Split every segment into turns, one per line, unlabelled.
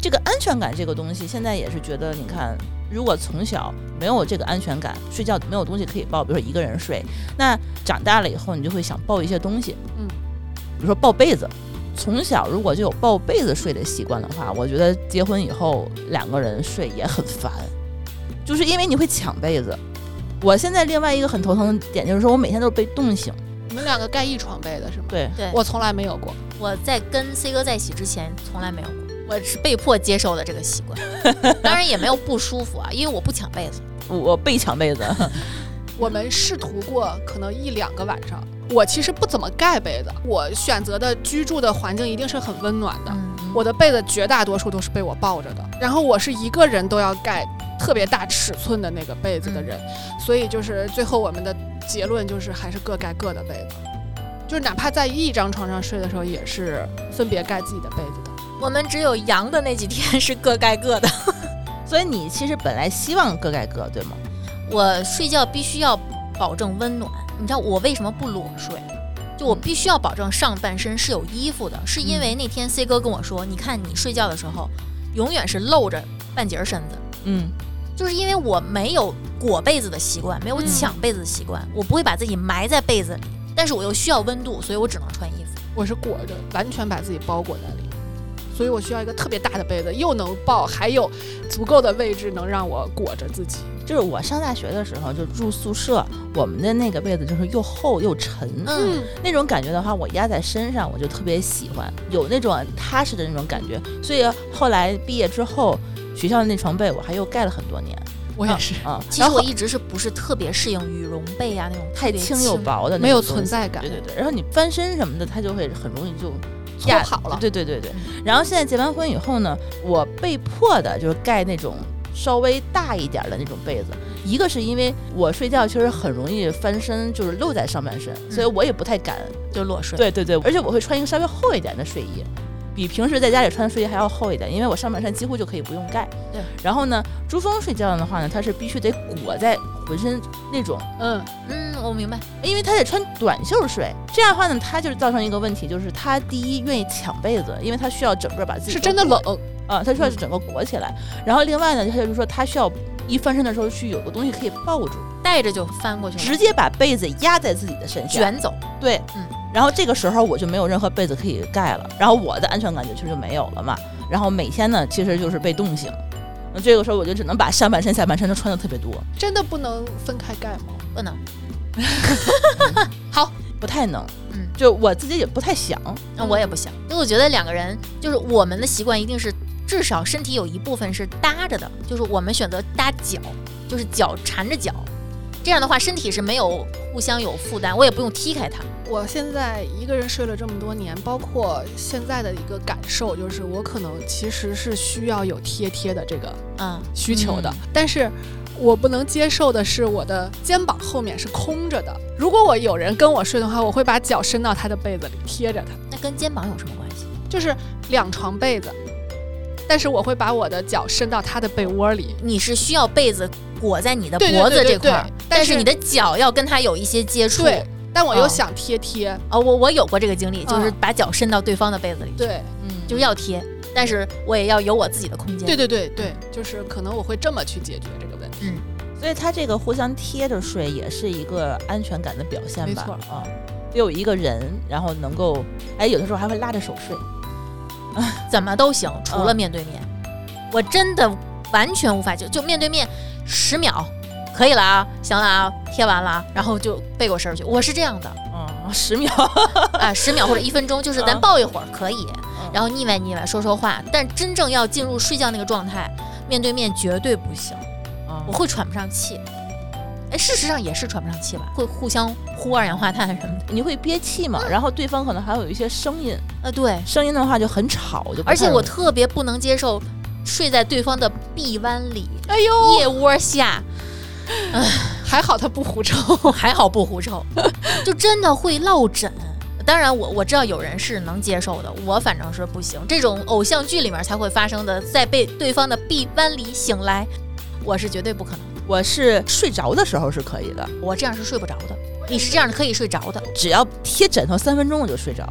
这个安全感这个东西，现在也是觉得，你看，如果从小没有这个安全感，睡觉没有东西可以抱，比如说一个人睡，那长大了以后，你就会想抱一些东西，
嗯，
比如说抱被子。从小如果就有抱被子睡的习惯的话，我觉得结婚以后两个人睡也很烦，就是因为你会抢被子。我现在另外一个很头疼的点就是说，我每天都是被冻醒。
你们两个盖一床被的是吗？
对，
对
我从来没有过。
我在跟 C 哥在一起之前从来没有过，我是被迫接受的这个习惯， 当然也没有不舒服啊，因为我不抢被子。
我我被抢被子，
我们试图过可能一两个晚上。我其实不怎么盖被子，我选择的居住的环境一定是很温暖的。
嗯，
我的被子绝大多数都是被我抱着的，然后我是一个人都要盖特别大尺寸的那个被子的人，所以就是最后我们的结论就是还是各盖各的被子，就是哪怕在一张床上睡的时候，也是分别盖自己的被子的。
我们只有阳的那几天是各盖各的。
所以你其实本来希望各盖各，对吗？
我睡觉必须要保证温暖。你知道我为什么不裸睡？就我必须要保证上半身是有衣服的，是因为那天 C 哥跟我说，你看你睡觉的时候，永远是露着半截儿身子，
嗯，
就是因为我没有裹被子的习惯，没有
嗯
抢被子的习惯，我不会把自己埋在被子里，但是我又需要温度，所以我只能穿衣服。
我是裹着，完全把自己包裹在里面，所以我需要一个特别大的被子，又能抱，还有足够的位置能让我裹着自己。
就是我上大学的时候就住宿舍，我们的那个被子就是又厚又沉，
嗯，
那种感觉的话，我压在身上我就特别喜欢，有那种踏实的那种感觉。所以后来毕业之后，学校那床被我还又盖了很多年
我也是，
啊，
其实
然
我
后
一直是不是特别适应羽绒被啊那种特
太
别
轻又薄的那种
没有
东西
存在感
对，对对，然后你翻身什么的，它就会很容易就
搓
压
好了。
对对对对，然后现在结完婚以后呢，我被迫的就是盖那种稍微大一点的那种被子。一个是因为我睡觉其实很容易翻身，就是露在上半身，所以我也不太敢。
就裸睡。
对对对，而且我会穿一个稍微厚一点的睡衣，比平时在家里穿的睡衣还要厚一点，因为我上半身几乎就可以不用盖。
对。
然后呢，珠峰睡觉的话呢，他是必须得裹在浑身那种
嗯，
嗯，我明白。
因为他得穿短袖睡，这样的话呢，他就是造成一个问题，就是他第一愿意抢被子，因为他需要整个把自己
是真的冷，
啊、他需要整个裹起来。然后另外呢，他就是说他需要一翻身的时候去有个东西可以抱住，
带着就翻过去了，
直接把被子压在自己的身上，
卷走。
对，
嗯。
然后这个时候我就没有任何被子可以盖了，然后我的安全感就其实就没有了嘛。然后每天呢，其实就是被冻醒。那这个时候我就只能把上半身、下半身都穿的特别多，
真的不能分开盖吗？
不能，
不太能，
嗯
就我自己也不太想，
那我也不
嗯
想，因为我觉得两个人就是我们的习惯一定是至少身体有一部分是搭着的，就是我们选择搭脚，就是脚缠着脚，这样的话身体是没有互相有负担，我也不用踢开它。
我现在一个人睡了这么多年，包括现在的一个感受，就是我可能其实是需要有贴贴的这个
嗯，
需求的，但是我不能接受的是我的肩膀后面是空着的。如果我有人跟我睡的话，我会把脚伸到他的被子里贴着他，
那跟肩膀有什么关系？
就是两床被子，但是我会把我的脚伸到他的被窝里。
你是需要被子裹在你的
对对
脖子
对对
这块儿
对，
但
但
是
是
你的脚要跟它有一些接触。
对，但我
哦
又想贴贴，
哦，我我有过这个经历，就是
嗯
把脚伸到对方的被子里，，
对
嗯，
就是要贴，但是我也要有我自己的空间。
对对对对，就是可能我会这么去解决这个问题。
所以他这个互相贴着睡也是一个安全感的表现吧？
没
啊，得有一个人，然后能够，哎，有的时候还会拉着手睡。
怎么都行，除了
嗯
面对面，我真的完全无法接受。就面对面十秒，可以了啊，行了啊，贴完了啊，然后就背过身儿去。我是这样的
嗯， 十秒。
啊，十秒或者一分钟，就是咱
嗯
抱一会儿可以，
嗯
然后腻歪腻歪说说话。但真正要进入睡觉那个状态，面对面绝对不行，
嗯
我会喘不上气。哎，事实上也是喘不上气吧，会互相呼二氧化碳什么的。
你会憋气嘛？然后对方可能还有一些声音，
啊，对，
声音的话就很吵，就不太
而且我
容易
特别不能接受睡在对方的臂弯里、
哎
哦
呦，
腋窝下。
还好他不狐臭。
还好不 狐臭，就真的会落枕。当然我，我知道有人是能接受的，我反正是不行。这种偶像剧里面才会发生的，在被对方的臂弯里醒来，我是绝对不可能的。
我是睡着的时候是可以的，
我这样是睡不着的，你是这样可以睡着的。
只要贴枕头三分钟我就睡着。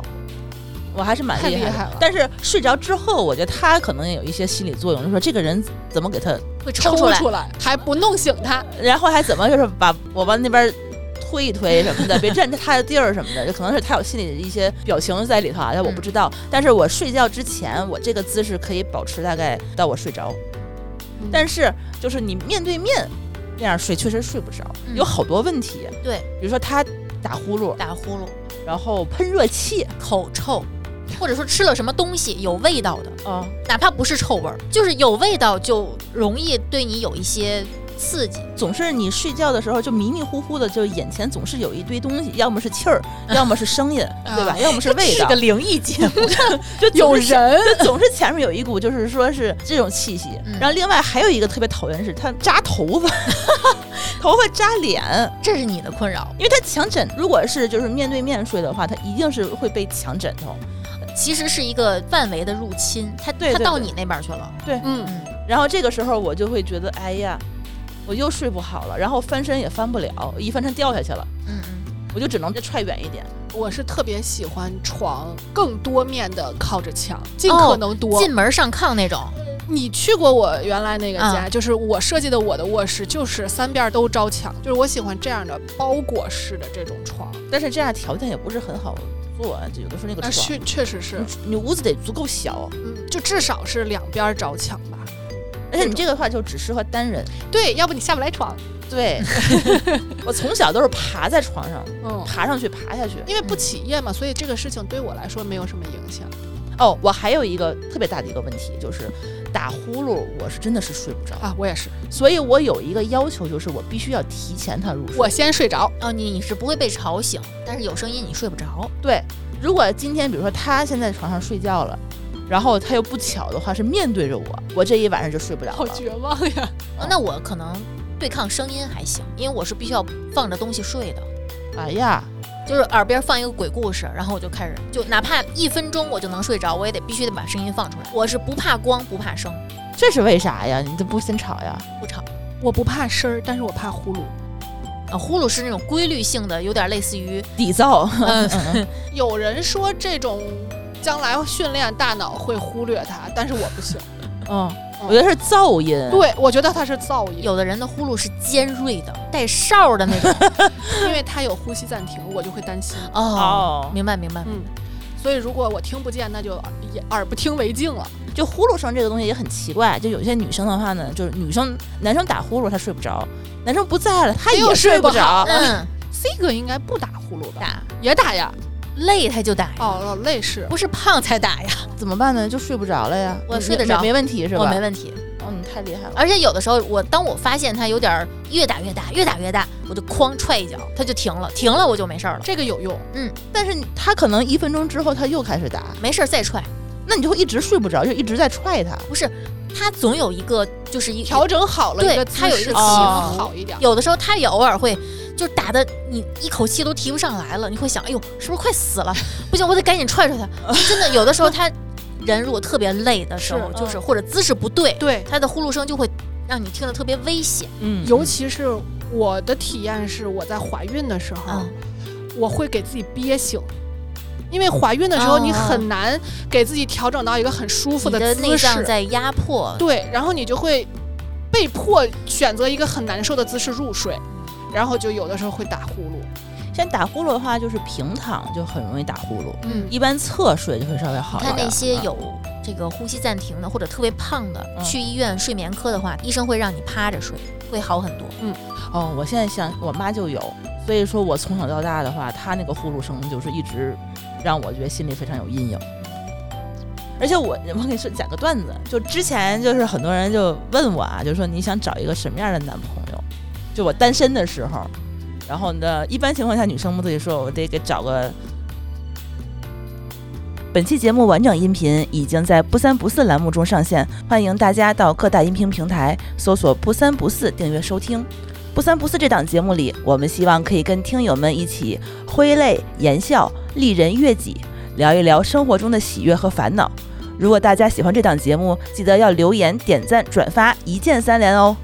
我还是蛮
太
厉
厉
害的。
害了
但是睡着之后，我觉得他可能也有一些心理作用，就说这个人怎么给他，
会抽
抽
出来。
来还不弄醒他，
然后还怎么就是把我往那边推一推什么的，别占着他的地儿什么的，就可能是他有心里的一些表情在里头啊，但
嗯
我不知道。但是我睡觉之前，我这个姿势可以保持大概到我睡着，但
是
是就是你面对面那样睡，确实睡不着，
嗯
有好多问题。
对，
比如说他打呼噜，
打呼噜、
然后喷热气
口臭，或者说吃了什么东西有味道的，
啊，
哪怕不是臭味儿，就是有味道就容易对你有一些刺激。
总是你睡觉的时候就迷迷糊糊的，就眼前总是有一堆东西，要么是气儿，要么是声音，对吧？要么是味
嗯 是
道
个，灵异节目，
就
有
总是前，
人
就总是前面有一股就是说是这种气息
嗯。
然后另外还有一个特别讨厌是他扎头发， 头发扎脸，
这是你的困扰。
因为他抢枕，如果是就是面对面睡的话，他一定是会被抢枕头。
其实是一个范围的入侵，它
对
它
对
到
对
你那边儿去了。
嗯
嗯，
然后这个时候我就会觉得，哎呀，我又睡不好了，然后翻身也翻不了，一翻身掉下去了，
嗯嗯，
我就只能再踹远一点。
我是特别喜欢床更多面的靠着墙，尽
哦
可能多。
进门上炕那种，
你去过我原来那个家，就是我设计的我的卧室，就是三边都招墙，就是我喜欢这样的包裹式的这种床。
但是这样条件也不是很好做，啊，就有的时候那个
那
床，
确确实是，
你屋子得足够小，
嗯，就至少是两边招墙吧。
而且你这个话就只适合单人。
对，要不你下不来床。
对， 我从小都是爬在床上，
嗯，
爬上去，爬下去。
因为不起夜嘛，所以这个事情对我来说没有什么影响。
哦，我还有一个特别大的一个问题就是。打呼噜，我是真的是睡不着，
啊，我也是，
所以我有一个要求，就是我必须要提前他入睡。
我先睡着。
哦，你你是不会被吵醒，但是有声音你睡不着。哦
对，如果今天比如说他现在床上睡觉了，然后他又不巧的话是面对着我，我这一晚上就睡不着
好
了。
绝望呀！
哦那我可能对抗声音还行，因为我是必须要放着东西睡的，
哎呀，
就是耳边放一个鬼故事，然后我就开始，就哪怕一分钟我就能睡着，我也得必须得把声音放出来。我是不怕光，不怕声，
这是为啥呀？你这不先吵呀？
不吵。
我不怕声儿，但是我怕呼噜。
啊，呼噜是那种规律性的，有点类似于
底噪，
有人说这种将来训练大脑会忽略它，但是我不 行。
嗯，我觉得是噪音。，
对，我觉得它是噪音，
嗯有的人的呼噜是尖锐的，带哨儿的那 种。
因为它有呼吸暂停，我就会担心。
哦，
哦，
明白明白。
嗯，所以如果我听不见，那就也耳不听为净了。
就呼噜声这个东西也很奇怪。就有些女生的话呢，就是女生男生打呼噜她睡不着，男生不在了她
她又
也
睡
不
不好
着。
嗯，
C 哥应该不打呼噜吧？
打嗯
也打呀。
累他就打呀，
哦，哦累是。
不是胖才打呀，
怎么办呢？就睡不着了呀。
我
你
睡得
你
着
没问题是吧？
我没啊问题。
哦，你太厉害了。
而且有的时候我当我发现他有点儿越打越大，越打越大，我就哐踹一脚，他就停了，停了我就没事儿了，
这个有用，
但是他可能一分钟之后他又开始打，
没事儿再踹，
那你就会一直睡不着，就一直在踹他。
他总有一个就是一
调整好了
对
一个姿
它有一
势，
个哦
可能
起伏
好一点。
有的时候他也偶尔会，就打的你一口气都提不上来了，你会想，哎呦，是不是快死 了？不行，我得赶紧踹踹他。就真的，有的时候 他人如果特别累的时候，
是
就是
嗯
或者姿势不对，
对，
他的呼噜声就会让你听着特别危险。
嗯
尤其是我的体验是，我在怀孕的时候，
嗯
我会给自己憋醒。因为怀孕的时候，
哦
你很难给自己调整到一个很舒服
你的内
姿
脏
势，
在压迫，
对，然后你就会被迫选择一个很难受的姿势入睡，然后就有的时候会打呼噜。
像打呼噜的话，就是平躺就很容易打呼噜，
嗯
一般侧睡就会稍微好一
看
点。
那些
嗯
有这个呼吸暂停的或者特别胖的，
嗯
去医院睡眠科的话，医生会让你趴着睡，会好很多。
哦，我现在想我妈就有，所以说我从小到大的话，她那个呼噜声就是一直让我觉得心里非常有阴影。而且我我给你说讲个段子，就之前就是很多人就问我啊，就说你想找一个什么样的男朋友？就我单身的时候，然后呢，一般情况下女生不都得说我得给找个。本期节目完整音频已经在“不三不四”栏目中上线，欢迎大家到各大音频平台搜索“不三不四”订阅收听。不三不四这档节目里，我们希望可以跟听友们一起挥泪言笑、丽人悦己，聊一聊生活中的喜悦和烦恼。如果大家喜欢这档节目，记得要留言、点赞、转发，一键三连哦！